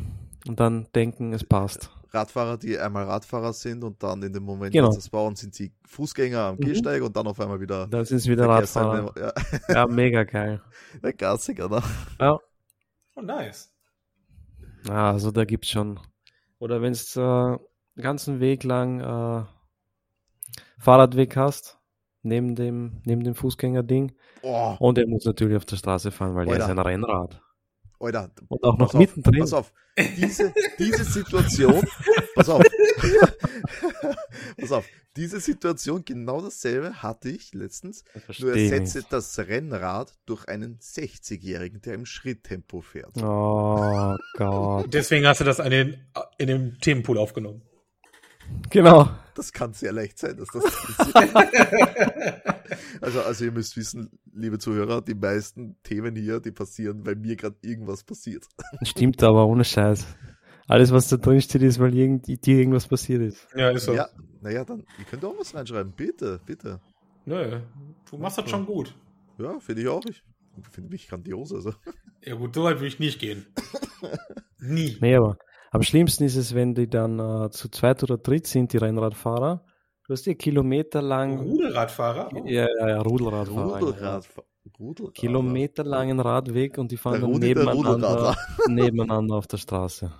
[SPEAKER 4] und dann denken, es passt.
[SPEAKER 1] Radfahrer, die einmal Radfahrer sind und dann in dem Moment,
[SPEAKER 4] Genau.
[SPEAKER 1] als das bauen, sind sie Fußgänger am
[SPEAKER 4] Mhm.
[SPEAKER 1] Gehsteig und dann auf einmal wieder
[SPEAKER 4] Da sind es wieder Radfahrer.
[SPEAKER 1] Ja,
[SPEAKER 4] Ja, mega geil.
[SPEAKER 1] der Klassiker, ne?
[SPEAKER 3] Oh, nice.
[SPEAKER 4] Ja, also da gibt's schon. Oder wenn du äh, ganzen Weg lang äh, Fahrradweg hast, neben dem, neben dem Fußgängerding.
[SPEAKER 1] Oh,
[SPEAKER 4] Und er muss natürlich auf der Straße fahren, weil er
[SPEAKER 1] Alter.
[SPEAKER 4] ist ein Rennrad.
[SPEAKER 1] Alter.
[SPEAKER 4] Und auch noch
[SPEAKER 1] pass auf,
[SPEAKER 4] mittendrin.
[SPEAKER 1] Pass auf, diese, diese Situation, pass auf, pass auf, diese Situation, genau dasselbe hatte ich letztens.
[SPEAKER 4] Das
[SPEAKER 1] Nur
[SPEAKER 4] verstehe ich
[SPEAKER 1] ersetze das Rennrad durch einen 60-Jährigen, der im Schritttempo fährt.
[SPEAKER 4] nicht. Oh Gott.
[SPEAKER 3] Deswegen hast du das an den, in dem Themenpool aufgenommen.
[SPEAKER 4] Genau.
[SPEAKER 1] Das kann sehr leicht sein, dass das passiert. also, also ihr müsst wissen, liebe Zuhörer, die meisten Themen hier, die passieren, weil mir gerade irgendwas passiert.
[SPEAKER 4] Stimmt aber, ohne Scheiß. Alles, was da drin steht, ist, weil irgend, dir irgendwas passiert ist.
[SPEAKER 3] Ja, ist so.
[SPEAKER 1] Ja, naja, dann, ihr könnt auch was reinschreiben, bitte, bitte.
[SPEAKER 3] Nö, du machst das schon gut.
[SPEAKER 1] Ja, finde ich auch. Ich finde mich grandios. Also.
[SPEAKER 3] Ja gut, so weit würde ich nicht gehen. Nie.
[SPEAKER 4] Nee, aber am schlimmsten ist es, wenn die dann äh, zu zweit oder dritt sind, die Rennradfahrer. Du hast ja kilometerlang,
[SPEAKER 3] Rudelradfahrer? Oh.
[SPEAKER 4] ja, ja, ja, Rudelradfahrer.
[SPEAKER 1] Rudelrad. Rudelrad.
[SPEAKER 4] Kilometerlangen Radweg und die fahren
[SPEAKER 1] Der
[SPEAKER 4] dann
[SPEAKER 1] Rudi, der
[SPEAKER 4] nebeneinander,
[SPEAKER 1] Rudelradler.
[SPEAKER 4] nebeneinander auf der Straße.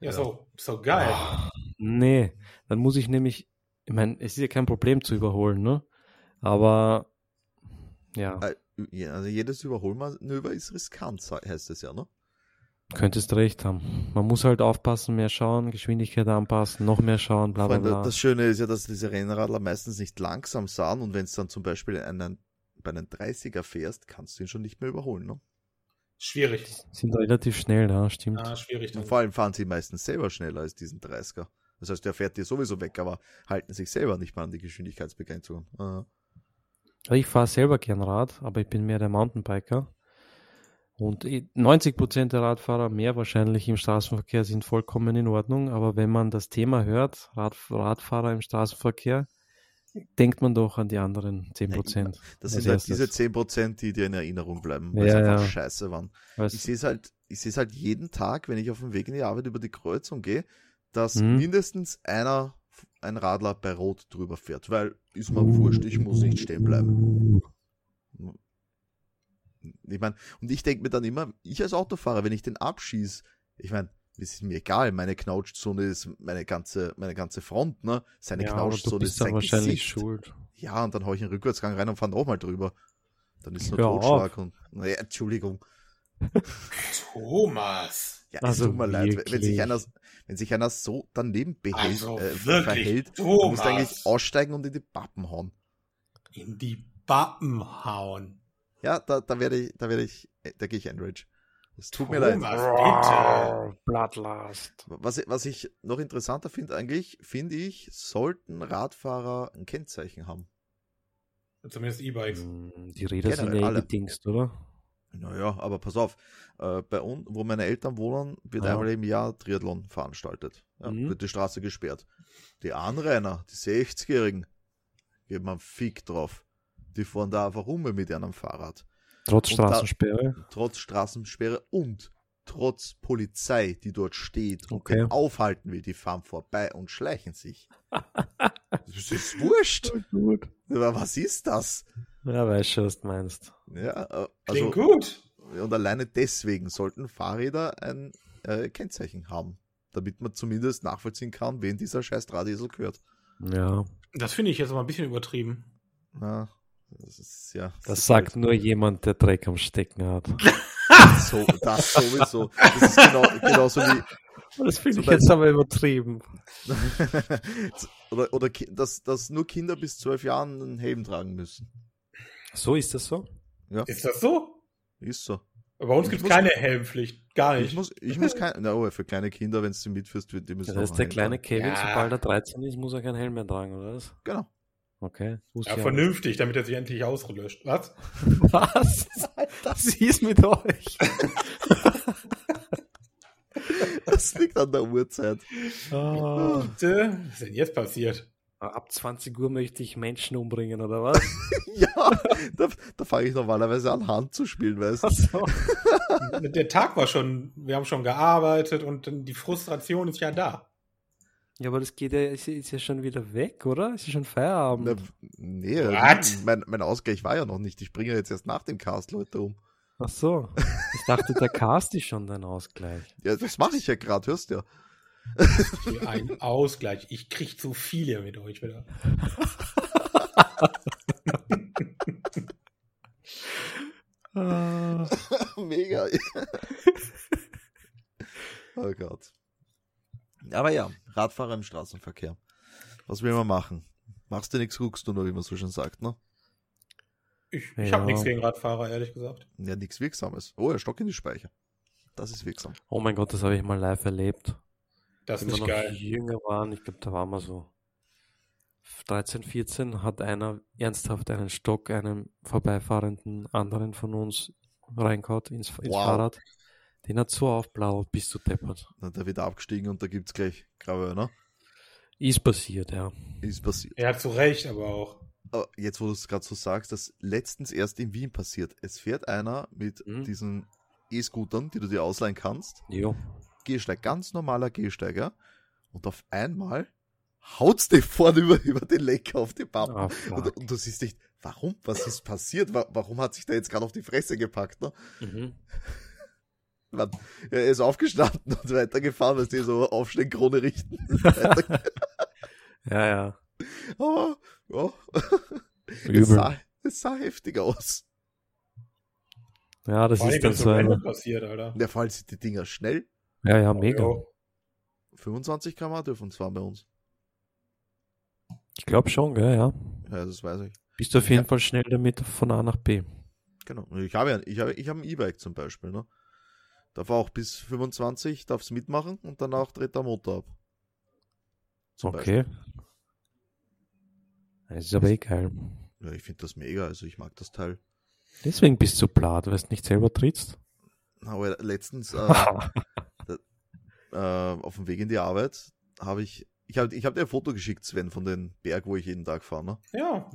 [SPEAKER 3] Ja, so, so geil.
[SPEAKER 1] Ah.
[SPEAKER 4] Nee, dann muss ich nämlich, ich meine, es ist ja kein Problem zu überholen, ne? Aber ja,
[SPEAKER 1] Äh, Ja, also jedes Überholmanöver ist riskant, sa- heißt es ja, ne?
[SPEAKER 4] könntest recht haben. Man muss halt aufpassen, mehr schauen, Geschwindigkeit anpassen, noch mehr schauen, bla
[SPEAKER 1] Vor
[SPEAKER 4] bla
[SPEAKER 1] allem,
[SPEAKER 4] bla.
[SPEAKER 1] das Schöne ist ja, dass diese Rennradler meistens nicht langsam sahen und wenn es dann zum Beispiel einen, bei einem 30er fährst, kannst du ihn schon nicht mehr überholen, ne?
[SPEAKER 3] Schwierig.
[SPEAKER 4] Sind relativ schnell, ja, stimmt.
[SPEAKER 3] Ah, schwierig dann.
[SPEAKER 1] Und vor allem fahren sie meistens selber schneller als diesen 30er. Das heißt, der fährt dir sowieso weg, aber halten sich selber nicht mal an die Geschwindigkeitsbegrenzungen. Ah. Aha.
[SPEAKER 4] Also Ich fahre selber gern Rad, aber ich bin mehr der Mountainbiker. Und eh, 90% der Radfahrer, mehr wahrscheinlich im Straßenverkehr, sind vollkommen in Ordnung. Aber wenn man das Thema hört, Rad, Radfahrer im Straßenverkehr, denkt man doch an die anderen 10%.
[SPEAKER 1] Das
[SPEAKER 4] Als
[SPEAKER 1] sind halt
[SPEAKER 4] erstes.
[SPEAKER 1] diese 10%, die dir in Erinnerung bleiben, weil
[SPEAKER 4] Ja,
[SPEAKER 1] sie einfach
[SPEAKER 4] ja.
[SPEAKER 1] scheiße waren.
[SPEAKER 4] Weißt
[SPEAKER 1] Ich sehe es halt, ich sehe es halt jeden Tag, wenn ich auf dem Weg in die Arbeit über die Kreuzung gehe, dass
[SPEAKER 4] Mhm.
[SPEAKER 1] mindestens einer, ein Radler bei Rot drüber fährt, weil ist mir
[SPEAKER 4] Uh.
[SPEAKER 1] wurscht, ich muss nicht stehen bleiben. Ich meine, und ich denke mir dann immer, ich als Autofahrer, wenn ich den abschieß, ich meine, es ist mir egal, meine Knautschzone ist meine ganze, meine ganze Front, ne? Seine
[SPEAKER 4] ja, aber du
[SPEAKER 1] Knautschzone ist
[SPEAKER 4] bist dann
[SPEAKER 1] sein
[SPEAKER 4] wahrscheinlich
[SPEAKER 1] Gesicht.
[SPEAKER 4] schuld.
[SPEAKER 1] Ja, und dann hau ich einen Rückwärtsgang rein und fahr nochmal drüber. Dann ist nur
[SPEAKER 4] Hör auf.
[SPEAKER 1] Totschlag und, naja, Entschuldigung.
[SPEAKER 3] Thomas.
[SPEAKER 1] Ja,
[SPEAKER 4] Also
[SPEAKER 1] es tut mir leid, wenn- wenn sich,
[SPEAKER 4] wirklich.
[SPEAKER 1] einer, wenn sich einer so daneben behält,
[SPEAKER 3] Also
[SPEAKER 1] äh,
[SPEAKER 3] wirklich,
[SPEAKER 1] verhält, dann
[SPEAKER 3] Thomas.
[SPEAKER 1] musst du eigentlich aussteigen und in die Pappen hauen.
[SPEAKER 3] In die Bappen hauen.
[SPEAKER 1] Ja, da, da werde ich, da werde ich, äh, da gehe ich ein Rage. Es tut mir leid.
[SPEAKER 3] Thomas, bitte.
[SPEAKER 4] Bloodlust.
[SPEAKER 1] Was, was ich noch interessanter finde eigentlich, finde ich, sollten Radfahrer ein Kennzeichen haben.
[SPEAKER 3] Zumindest E-Bikes.
[SPEAKER 4] Die Räder sind
[SPEAKER 1] Hm, Generell
[SPEAKER 4] ja eh
[SPEAKER 1] alle.
[SPEAKER 4] gedingst, oder?
[SPEAKER 1] Naja, aber pass auf, äh, bei uns, wo meine Eltern wohnen, wird
[SPEAKER 4] Ah.
[SPEAKER 1] einmal im Jahr Triathlon veranstaltet. Ja,
[SPEAKER 4] Mhm.
[SPEAKER 1] Wird die Straße gesperrt. Die Anrainer, die 60-Jährigen, geben einen Fick drauf. Die fahren da einfach rum mit ihrem Fahrrad.
[SPEAKER 4] Trotz
[SPEAKER 1] Und da-
[SPEAKER 4] Straßensperre.
[SPEAKER 1] Trotz Straßensperre und trotz Polizei, die dort steht und
[SPEAKER 4] Okay.
[SPEAKER 1] den aufhalten will, die fahren vorbei und schleichen sich. das ist wurscht.
[SPEAKER 4] Gut.
[SPEAKER 1] Aber was ist das?
[SPEAKER 4] Ja, weißt schon, was du meinst.
[SPEAKER 1] Ja, äh, also,
[SPEAKER 3] Klingt gut.
[SPEAKER 1] Und alleine deswegen sollten Fahrräder ein äh, Kennzeichen haben, damit man zumindest nachvollziehen kann, wen dieser scheiß Drahtesel gehört.
[SPEAKER 4] Ja,
[SPEAKER 3] Das finde ich jetzt mal ein bisschen übertrieben.
[SPEAKER 1] Ja, das ist ja.
[SPEAKER 4] das sagt nur jemand, der Dreck am Stecken hat.
[SPEAKER 1] so, das sowieso. Das ist genau, genauso wie.
[SPEAKER 4] Das finde
[SPEAKER 1] Zum
[SPEAKER 4] ich jetzt aber übertrieben.
[SPEAKER 1] oder oder Ki- dass, dass nur Kinder bis zwölf Jahren einen Helm tragen müssen.
[SPEAKER 4] So ist das so?
[SPEAKER 1] Ja,
[SPEAKER 3] Ist das so?
[SPEAKER 1] ist so.
[SPEAKER 3] Bei uns
[SPEAKER 1] Ich
[SPEAKER 3] gibt es
[SPEAKER 1] muss-
[SPEAKER 3] keine Helmpflicht. Gar
[SPEAKER 1] Ich
[SPEAKER 3] nicht.
[SPEAKER 1] muss, ich muss kein. Na, oh, für kleine Kinder, wenn du mitführst, wird die müssen.
[SPEAKER 4] Das
[SPEAKER 1] auch
[SPEAKER 4] heißt,
[SPEAKER 1] einen
[SPEAKER 4] der
[SPEAKER 1] Helm
[SPEAKER 4] kleine Kevin,
[SPEAKER 3] Ja.
[SPEAKER 4] sobald er 13 ist, muss er keinen Helm mehr tragen, oder was?
[SPEAKER 1] tragen. Genau.
[SPEAKER 4] Okay. Wusste
[SPEAKER 3] Ja,
[SPEAKER 4] ich auch nicht.
[SPEAKER 3] vernünftig, damit er sich endlich auslöscht. Was?
[SPEAKER 4] Was? Das ist mit euch.
[SPEAKER 1] Das liegt an der Uhrzeit.
[SPEAKER 4] Ah.
[SPEAKER 3] Bitte? Was ist denn jetzt passiert?
[SPEAKER 4] Ab 20 Uhr möchte ich Menschen umbringen, oder was?
[SPEAKER 1] Ja, da, da fange ich normalerweise an, Hand zu spielen, weißt du?
[SPEAKER 4] Ach so.
[SPEAKER 3] Der Tag war schon, wir haben schon gearbeitet und dann die Frustration ist ja da.
[SPEAKER 4] Ja, aber das geht ja, ist, ist ja schon wieder weg, oder? Ist ja schon Feierabend.
[SPEAKER 1] Na, nee, also
[SPEAKER 3] What?
[SPEAKER 1] mein, mein Ausgleich war ja noch nicht. Ich bringe ja jetzt erst nach dem Cast Leute um.
[SPEAKER 4] Ach so. Ich dachte, der Cast ist schon dein Ausgleich.
[SPEAKER 1] Ja, das mache ich ja gerade, hörst du ja.
[SPEAKER 3] Für einen Ausgleich. Ich krieg zu viele mit euch wieder.
[SPEAKER 4] Ah.
[SPEAKER 1] Mega. oh Gott. Aber ja, Radfahrer im Straßenverkehr. Was will man machen? Machst du nichts, guckst du nur, wie man so schön sagt, ne?
[SPEAKER 3] Ich, ich
[SPEAKER 4] Ja.
[SPEAKER 3] habe nichts gegen Radfahrer, ehrlich gesagt.
[SPEAKER 1] Ja, nichts Wirksames. Oh, ja, Stock in die Speicher. Das ist wirksam.
[SPEAKER 4] Oh mein Gott, das habe ich mal live erlebt.
[SPEAKER 3] Das
[SPEAKER 4] Wenn
[SPEAKER 3] ist
[SPEAKER 4] wir
[SPEAKER 3] nicht
[SPEAKER 4] noch
[SPEAKER 3] geil.
[SPEAKER 4] jünger waren, ich glaube, da waren wir so 13, 14, hat einer ernsthaft einen Stock einem vorbeifahrenden anderen von uns reingehaut ins, ins
[SPEAKER 1] Wow.
[SPEAKER 4] Fahrrad. Den hat so aufblaut, bist du deppert.
[SPEAKER 1] Na, Da wird er abgestiegen und da gibt's gleich Grabe, ne?
[SPEAKER 4] Ist passiert, ja.
[SPEAKER 1] Ist passiert.
[SPEAKER 3] Er hat zu Recht, aber auch.
[SPEAKER 1] Aber jetzt, wo du es gerade so sagst, das letztens erst in Wien passiert. Es fährt einer mit
[SPEAKER 4] Mhm.
[SPEAKER 1] diesem E-Scootern, die du dir ausleihen kannst.
[SPEAKER 4] Jo.
[SPEAKER 1] Gehsteig, ganz normaler Gehsteiger. Und auf einmal haut's dir vorne über, über den Lenker auf die Pappe.
[SPEAKER 4] Ah,
[SPEAKER 1] und,
[SPEAKER 4] fuck.
[SPEAKER 1] und du siehst nicht, warum? Was ist passiert? Wa- Warum hat sich der jetzt gerade auf die Fresse gepackt? Ne?
[SPEAKER 4] Mhm.
[SPEAKER 1] Man, er ist aufgestanden und weitergefahren, weil die so aufstehen, Krone richten. Weiter-
[SPEAKER 4] Ja, ja.
[SPEAKER 1] Aber, Ah, ja, es,
[SPEAKER 4] Übel.
[SPEAKER 1] sah, es sah heftig aus.
[SPEAKER 4] Ja, das
[SPEAKER 3] Vor allem,
[SPEAKER 4] ist dann
[SPEAKER 3] wenn's
[SPEAKER 4] so
[SPEAKER 3] random
[SPEAKER 4] ein.
[SPEAKER 3] passiert, Alter.
[SPEAKER 1] Der Fall sind die Dinger schnell.
[SPEAKER 4] Ja, ja, mega.
[SPEAKER 3] Jo.
[SPEAKER 1] 25 km dürfen zwar bei uns.
[SPEAKER 4] Ich glaube schon, gell, ja.
[SPEAKER 1] Ja, das weiß ich.
[SPEAKER 4] Bist du auf jeden Fall schnell damit von A nach B.
[SPEAKER 1] Genau. Ich habe ja, ich habe, ich habe ein E-Bike zum Beispiel, ne? Darf auch bis 25, darf's mitmachen und danach dreht der Motor ab. Zum Beispiel.
[SPEAKER 4] Okay. Das ist aber eh geil.
[SPEAKER 1] Ja, ich finde das mega, also ich mag das Teil.
[SPEAKER 4] Deswegen bist du blatt, weil du nicht selber trittst.
[SPEAKER 1] Aber letztens äh,
[SPEAKER 4] Haha.
[SPEAKER 1] äh, auf dem Weg in die Arbeit habe ich, ich habe ich hab dir ein Foto geschickt, Sven, von dem Berg, wo ich jeden Tag fahre, ne?
[SPEAKER 3] Ja,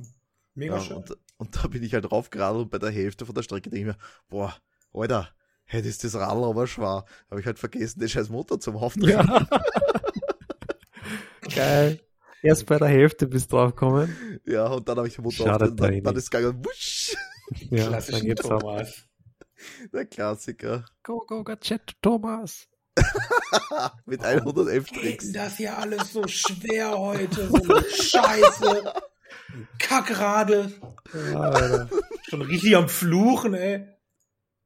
[SPEAKER 3] mega
[SPEAKER 1] Ja,
[SPEAKER 3] schön.
[SPEAKER 1] und, und da bin ich halt raufgeradelt und bei der Hälfte von der Strecke denke ich mir, boah, Alter, hätte ist das Radl aber schwer. Habe ich halt vergessen, den scheiß Motor zum Haufen
[SPEAKER 4] Ja. Geil. Erst bei der Hälfte bist du draufgekommen.
[SPEAKER 1] Ja, und dann habe ich den Motor
[SPEAKER 4] Schadet
[SPEAKER 1] aufgedreht und dann,
[SPEAKER 3] eh
[SPEAKER 4] eigentlich.
[SPEAKER 1] dann ist gegangen, wusch,
[SPEAKER 4] Ja, dann
[SPEAKER 3] Klassischen
[SPEAKER 4] geht's ab.
[SPEAKER 3] Thomas.
[SPEAKER 1] der Klassiker.
[SPEAKER 4] Go, go, Gadget, Thomas.
[SPEAKER 1] Mit 111
[SPEAKER 3] Geht denn
[SPEAKER 1] Tricks.
[SPEAKER 3] das hier alles so schwer heute? So eine Scheiße. Kackrade.
[SPEAKER 4] Ja, Alter.
[SPEAKER 3] Schon richtig am Fluchen, ey.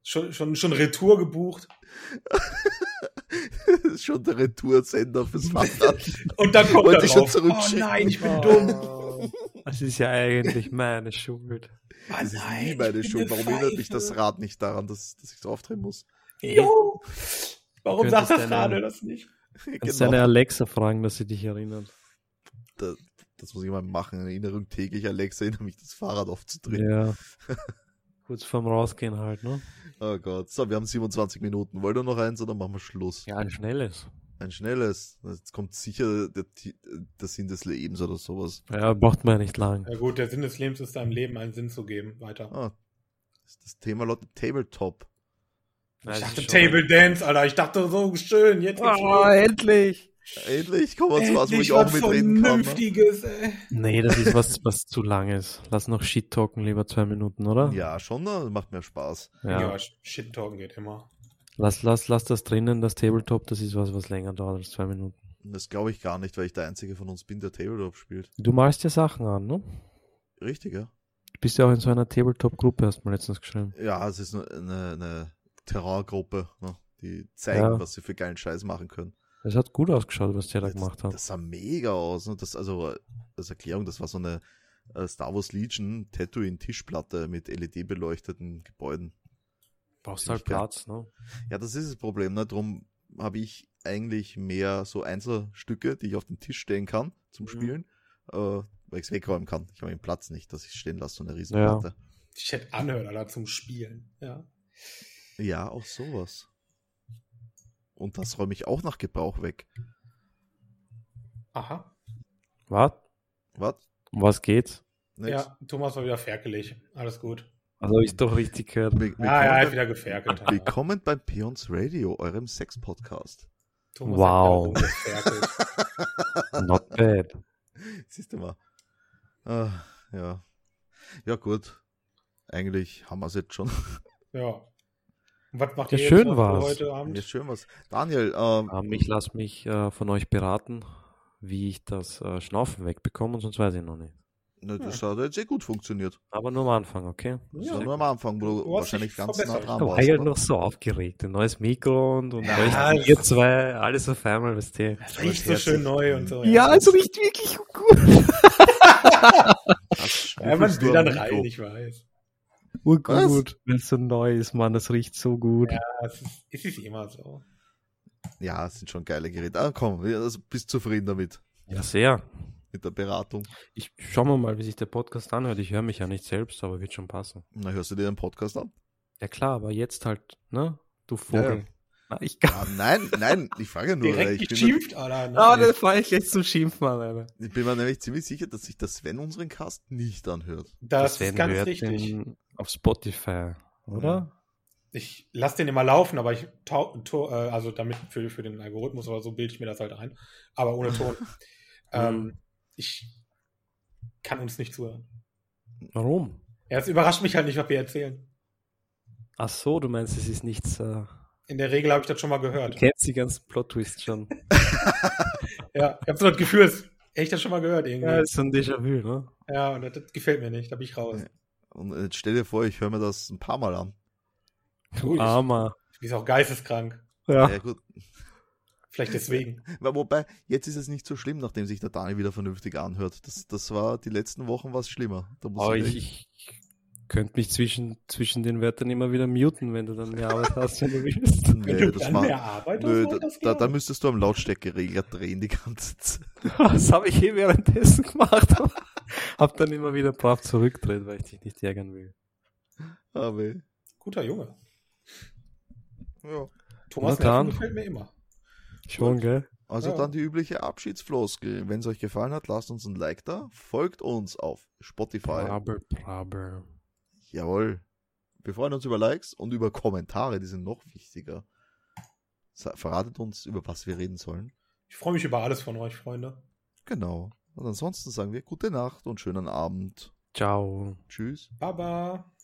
[SPEAKER 3] Schon, schon, schon Retour gebucht.
[SPEAKER 1] Das ist schon der Retoursender fürs Fahrrad.
[SPEAKER 3] Und dann kommt
[SPEAKER 1] Wollte
[SPEAKER 3] er
[SPEAKER 1] ich schon
[SPEAKER 3] drauf. Oh
[SPEAKER 1] zurückschicken.
[SPEAKER 3] nein, ich bin dumm.
[SPEAKER 4] Oh. Das ist ja eigentlich meine Schuld.
[SPEAKER 1] Oh,
[SPEAKER 3] Ah,
[SPEAKER 1] Das ist
[SPEAKER 3] nein,
[SPEAKER 1] nie meine
[SPEAKER 3] ich bin
[SPEAKER 1] Schuld.
[SPEAKER 3] eine
[SPEAKER 1] Warum erinnert mich
[SPEAKER 3] Pfeife.
[SPEAKER 1] das Rad nicht daran, dass, dass ich drauf drehen muss?
[SPEAKER 3] Jo. Warum
[SPEAKER 4] Könntest
[SPEAKER 3] sagt das
[SPEAKER 4] deine-
[SPEAKER 3] gerade das nicht?
[SPEAKER 4] Kannst
[SPEAKER 1] Genau.
[SPEAKER 4] deine Alexa fragen, dass sie dich erinnert.
[SPEAKER 1] Das muss ich mal machen. In Erinnerung täglich, Alexa, erinnere mich, das Fahrrad aufzudrehen.
[SPEAKER 4] Ja. Kurz vorm Rausgehen halt, ne?
[SPEAKER 1] Oh Gott. So, wir haben 27 Minuten. Wollt ihr noch eins oder machen wir Schluss?
[SPEAKER 4] Ja, ein schnelles.
[SPEAKER 1] Ein schnelles. Jetzt kommt sicher der, Ti- der Sinn des Lebens oder sowas.
[SPEAKER 4] Ja, braucht man ja nicht lang.
[SPEAKER 3] Ja gut, der Sinn des Lebens ist deinem Leben einen Sinn zu geben. Weiter.
[SPEAKER 1] Ah, das- das Thema lautet Tabletop.
[SPEAKER 4] Nein,
[SPEAKER 3] ich
[SPEAKER 4] das
[SPEAKER 3] dachte
[SPEAKER 4] ist schon-
[SPEAKER 3] Table Dance, Alter. Ich dachte so schön. Jetzt geht's
[SPEAKER 4] Oh, endlich!
[SPEAKER 1] Endlich kommen wir zu was, wo
[SPEAKER 3] Oh, Endlich
[SPEAKER 1] ich auch
[SPEAKER 3] was
[SPEAKER 1] mitreden kann. Ne?
[SPEAKER 3] Vernünftiges, ey.
[SPEAKER 4] Nee, das ist was, was zu lang ist. Lass noch Shit talken, lieber zwei Minuten, oder?
[SPEAKER 1] Ja, schon, ne? macht mehr Spaß.
[SPEAKER 4] Ja.
[SPEAKER 3] Ja, Shit Talken geht immer.
[SPEAKER 4] Lass, lass, lass das drinnen, das Tabletop, das ist was, was länger dauert als zwei Minuten.
[SPEAKER 1] Und Das glaube ich gar nicht, weil ich der Einzige von uns bin, der Tabletop spielt.
[SPEAKER 4] Du malst ja Sachen an, ne?
[SPEAKER 1] Richtig, ja?
[SPEAKER 4] Du bist ja auch in so einer Tabletop-Gruppe, hast du mir letztens geschrieben.
[SPEAKER 1] Ja, es ist nur eine, eine Terrorgruppe, ne? die zeigen,
[SPEAKER 4] Ja.
[SPEAKER 1] was sie für geilen Scheiß machen können.
[SPEAKER 4] Es hat gut ausgeschaut, was der da gemacht
[SPEAKER 1] das,
[SPEAKER 4] hat.
[SPEAKER 1] das sah mega aus. Ne? Das, also, äh, als Erklärung, das war so eine äh, Star Wars Legion Tatooine-Tischplatte mit LED-beleuchteten Gebäuden.
[SPEAKER 4] Brauchst
[SPEAKER 1] ziemlich geil.
[SPEAKER 4] ne?
[SPEAKER 1] Ja, das ist das Problem. Ne? Darum habe ich eigentlich mehr so Einzelstücke, die ich auf den Tisch stellen kann zum
[SPEAKER 4] Mhm.
[SPEAKER 1] Spielen, äh, weil ich es wegräumen kann. Ich habe den Platz nicht, dass ich stehen lasse, so eine
[SPEAKER 4] Ja.
[SPEAKER 1] Riesenplatte.
[SPEAKER 3] Ich hätte anhört, Alter, zum Spielen. Ja.
[SPEAKER 1] Ja. ja, auch sowas. Und das räume ich auch nach Gebrauch weg.
[SPEAKER 3] Aha.
[SPEAKER 4] Was?
[SPEAKER 1] Was?
[SPEAKER 4] Um was geht's?
[SPEAKER 1] Nix?
[SPEAKER 3] Ja, Thomas war wieder ferkelig. Alles gut.
[SPEAKER 4] Also, ich doch richtig gehört.
[SPEAKER 1] Will-
[SPEAKER 3] Ja, ja, er hat
[SPEAKER 1] willkommen,
[SPEAKER 3] wieder geferkelt.
[SPEAKER 1] beim, willkommen beim Peons Radio, eurem Sex-Podcast.
[SPEAKER 3] Thomas
[SPEAKER 4] Wow.
[SPEAKER 3] hat wieder geferkelt.
[SPEAKER 4] Not bad.
[SPEAKER 1] Siehst du mal. Ah, ja. Ja, gut. Eigentlich haben wir es jetzt schon.
[SPEAKER 3] Ja. Und was macht
[SPEAKER 4] Ja,
[SPEAKER 3] ihr jetzt
[SPEAKER 4] schön
[SPEAKER 3] noch so
[SPEAKER 4] war's.
[SPEAKER 3] heute Abend?
[SPEAKER 1] Mir ist schön was. Daniel, ähm,
[SPEAKER 4] Ähm, ich lasse mich äh, von euch beraten, wie ich das äh, Schnaufen wegbekomme, sonst weiß ich noch nicht.
[SPEAKER 1] na, Ne, das
[SPEAKER 3] Ja.
[SPEAKER 1] hat jetzt sehr gut funktioniert.
[SPEAKER 4] Aber nur am Anfang, okay?
[SPEAKER 1] Das
[SPEAKER 3] Ja.
[SPEAKER 1] war nur am Anfang, wo du,
[SPEAKER 3] Du hast
[SPEAKER 1] wahrscheinlich
[SPEAKER 3] dich
[SPEAKER 1] ganz nah
[SPEAKER 3] verbessert.
[SPEAKER 1] dran
[SPEAKER 4] Da war
[SPEAKER 1] warst.
[SPEAKER 4] ich halt
[SPEAKER 1] oder?
[SPEAKER 4] noch so aufgeregt. Ein neues Mikro und, und
[SPEAKER 3] Ja,
[SPEAKER 4] euch, ihr zwei, alles auf einmal, wisst ihr.
[SPEAKER 3] Das
[SPEAKER 1] Aber
[SPEAKER 3] riecht so
[SPEAKER 1] herzlich.
[SPEAKER 3] schön neu
[SPEAKER 4] Oh
[SPEAKER 3] und so.
[SPEAKER 4] es riecht also wirklich gut.
[SPEAKER 1] Ach,
[SPEAKER 3] Ja, man
[SPEAKER 1] schnüffelst
[SPEAKER 3] will
[SPEAKER 1] du
[SPEAKER 3] dann
[SPEAKER 1] am
[SPEAKER 3] rein,
[SPEAKER 1] Mikro?
[SPEAKER 3] ich weiß.
[SPEAKER 4] Urgut, wenn es so neu ist, Mann, das riecht so gut.
[SPEAKER 3] Ja, es ist, es ist immer so.
[SPEAKER 1] Ja, es sind schon geile Geräte. Ah, komm, ja, also bist zufrieden damit,
[SPEAKER 4] Ja, sehr.
[SPEAKER 1] mit der Beratung.
[SPEAKER 4] Ich schauen wir mal, wie sich der Podcast anhört. Ich höre mich ja nicht selbst, aber wird schon passen.
[SPEAKER 1] Na, hörst du dir den Podcast an?
[SPEAKER 4] Ja klar, aber jetzt halt, ne? Du Vogel.
[SPEAKER 1] Ja, ja.
[SPEAKER 4] Na, ich kann.
[SPEAKER 1] Ah, nein, nein, ich frage ja nur. weil
[SPEAKER 3] Direkt
[SPEAKER 1] ich bin, mir,
[SPEAKER 3] geschimpft, Alter. ne?
[SPEAKER 4] Ah, das fahre ich gleich zum Schimpfmann, Alter.
[SPEAKER 1] ich bin mir nämlich ziemlich sicher, dass sich der Sven unseren Cast nicht anhört.
[SPEAKER 3] das
[SPEAKER 4] Sven
[SPEAKER 3] ist ganz
[SPEAKER 4] hört
[SPEAKER 3] richtig.
[SPEAKER 4] den auf Spotify, oder?
[SPEAKER 3] ich lasse den immer laufen, aber ich tau, to, äh, also damit für, für den Algorithmus oder so bilde ich mir das halt ein, aber ohne Ton. ähm, ich kann uns nicht zuhören.
[SPEAKER 4] Warum?
[SPEAKER 3] Ja, es überrascht mich halt nicht, was wir erzählen.
[SPEAKER 4] Ach so, du meinst, es ist nichts. Äh,
[SPEAKER 3] In der Regel habe ich das schon mal gehört.
[SPEAKER 4] du kennst die ganzen Plot-Twists schon.
[SPEAKER 3] Ja, ich habe so das Gefühl, das hätte ich das schon mal gehört irgendwie. Ja,
[SPEAKER 4] ist so ein Déjà-vu, ne?
[SPEAKER 3] und das, das gefällt mir nicht, da bin ich raus.
[SPEAKER 1] Ja. Und jetzt stell dir vor, ich höre mir das ein paar Mal an.
[SPEAKER 3] Du, ich,
[SPEAKER 4] Armer.
[SPEAKER 3] ich bin auch geisteskrank.
[SPEAKER 1] Ja,
[SPEAKER 4] Ja.
[SPEAKER 1] gut.
[SPEAKER 3] Vielleicht deswegen.
[SPEAKER 1] Weil- Wobei, jetzt ist es nicht so schlimm, nachdem sich der Dani wieder vernünftig anhört. Das, das war, die letzten Wochen war es schlimmer. Da muss
[SPEAKER 3] Oh,
[SPEAKER 4] Aber
[SPEAKER 1] ich-
[SPEAKER 4] ich, ich könnte mich zwischen, zwischen den Wörtern immer wieder muten, wenn du dann mehr Arbeit hast, wenn du willst.
[SPEAKER 3] Wenn
[SPEAKER 1] nee,
[SPEAKER 3] du
[SPEAKER 1] das
[SPEAKER 3] dann
[SPEAKER 1] macht,
[SPEAKER 3] mehr Arbeit hast,
[SPEAKER 1] nö,
[SPEAKER 3] soll
[SPEAKER 1] da,
[SPEAKER 3] das
[SPEAKER 1] da, da
[SPEAKER 3] gehen.
[SPEAKER 1] müsstest du am Lautstärkeregler drehen die ganze Zeit.
[SPEAKER 4] Das habe ich eh währenddessen gemacht. aber hab dann immer wieder brav zurückgedreht, weil ich dich nicht ärgern will.
[SPEAKER 1] Aber, ja.
[SPEAKER 3] Guter Junge.
[SPEAKER 4] Na
[SPEAKER 3] Thomas
[SPEAKER 4] dann.
[SPEAKER 3] Neffen gefällt mir immer.
[SPEAKER 4] Schon, gell?
[SPEAKER 1] Also
[SPEAKER 3] Ja.
[SPEAKER 1] dann die übliche Abschiedsfloskel. Wenn es euch gefallen hat, lasst uns ein Like da. Folgt uns auf Spotify.
[SPEAKER 4] Brabbel, brabbel.
[SPEAKER 1] Jawohl. Wir freuen uns über Likes und über Kommentare, die sind noch wichtiger. Sa- Verratet uns, über was wir reden sollen.
[SPEAKER 3] Ich freue mich über alles von euch, Freunde.
[SPEAKER 1] Genau. Und ansonsten sagen wir gute Nacht und schönen Abend.
[SPEAKER 4] Ciao.
[SPEAKER 1] Tschüss.
[SPEAKER 3] Baba.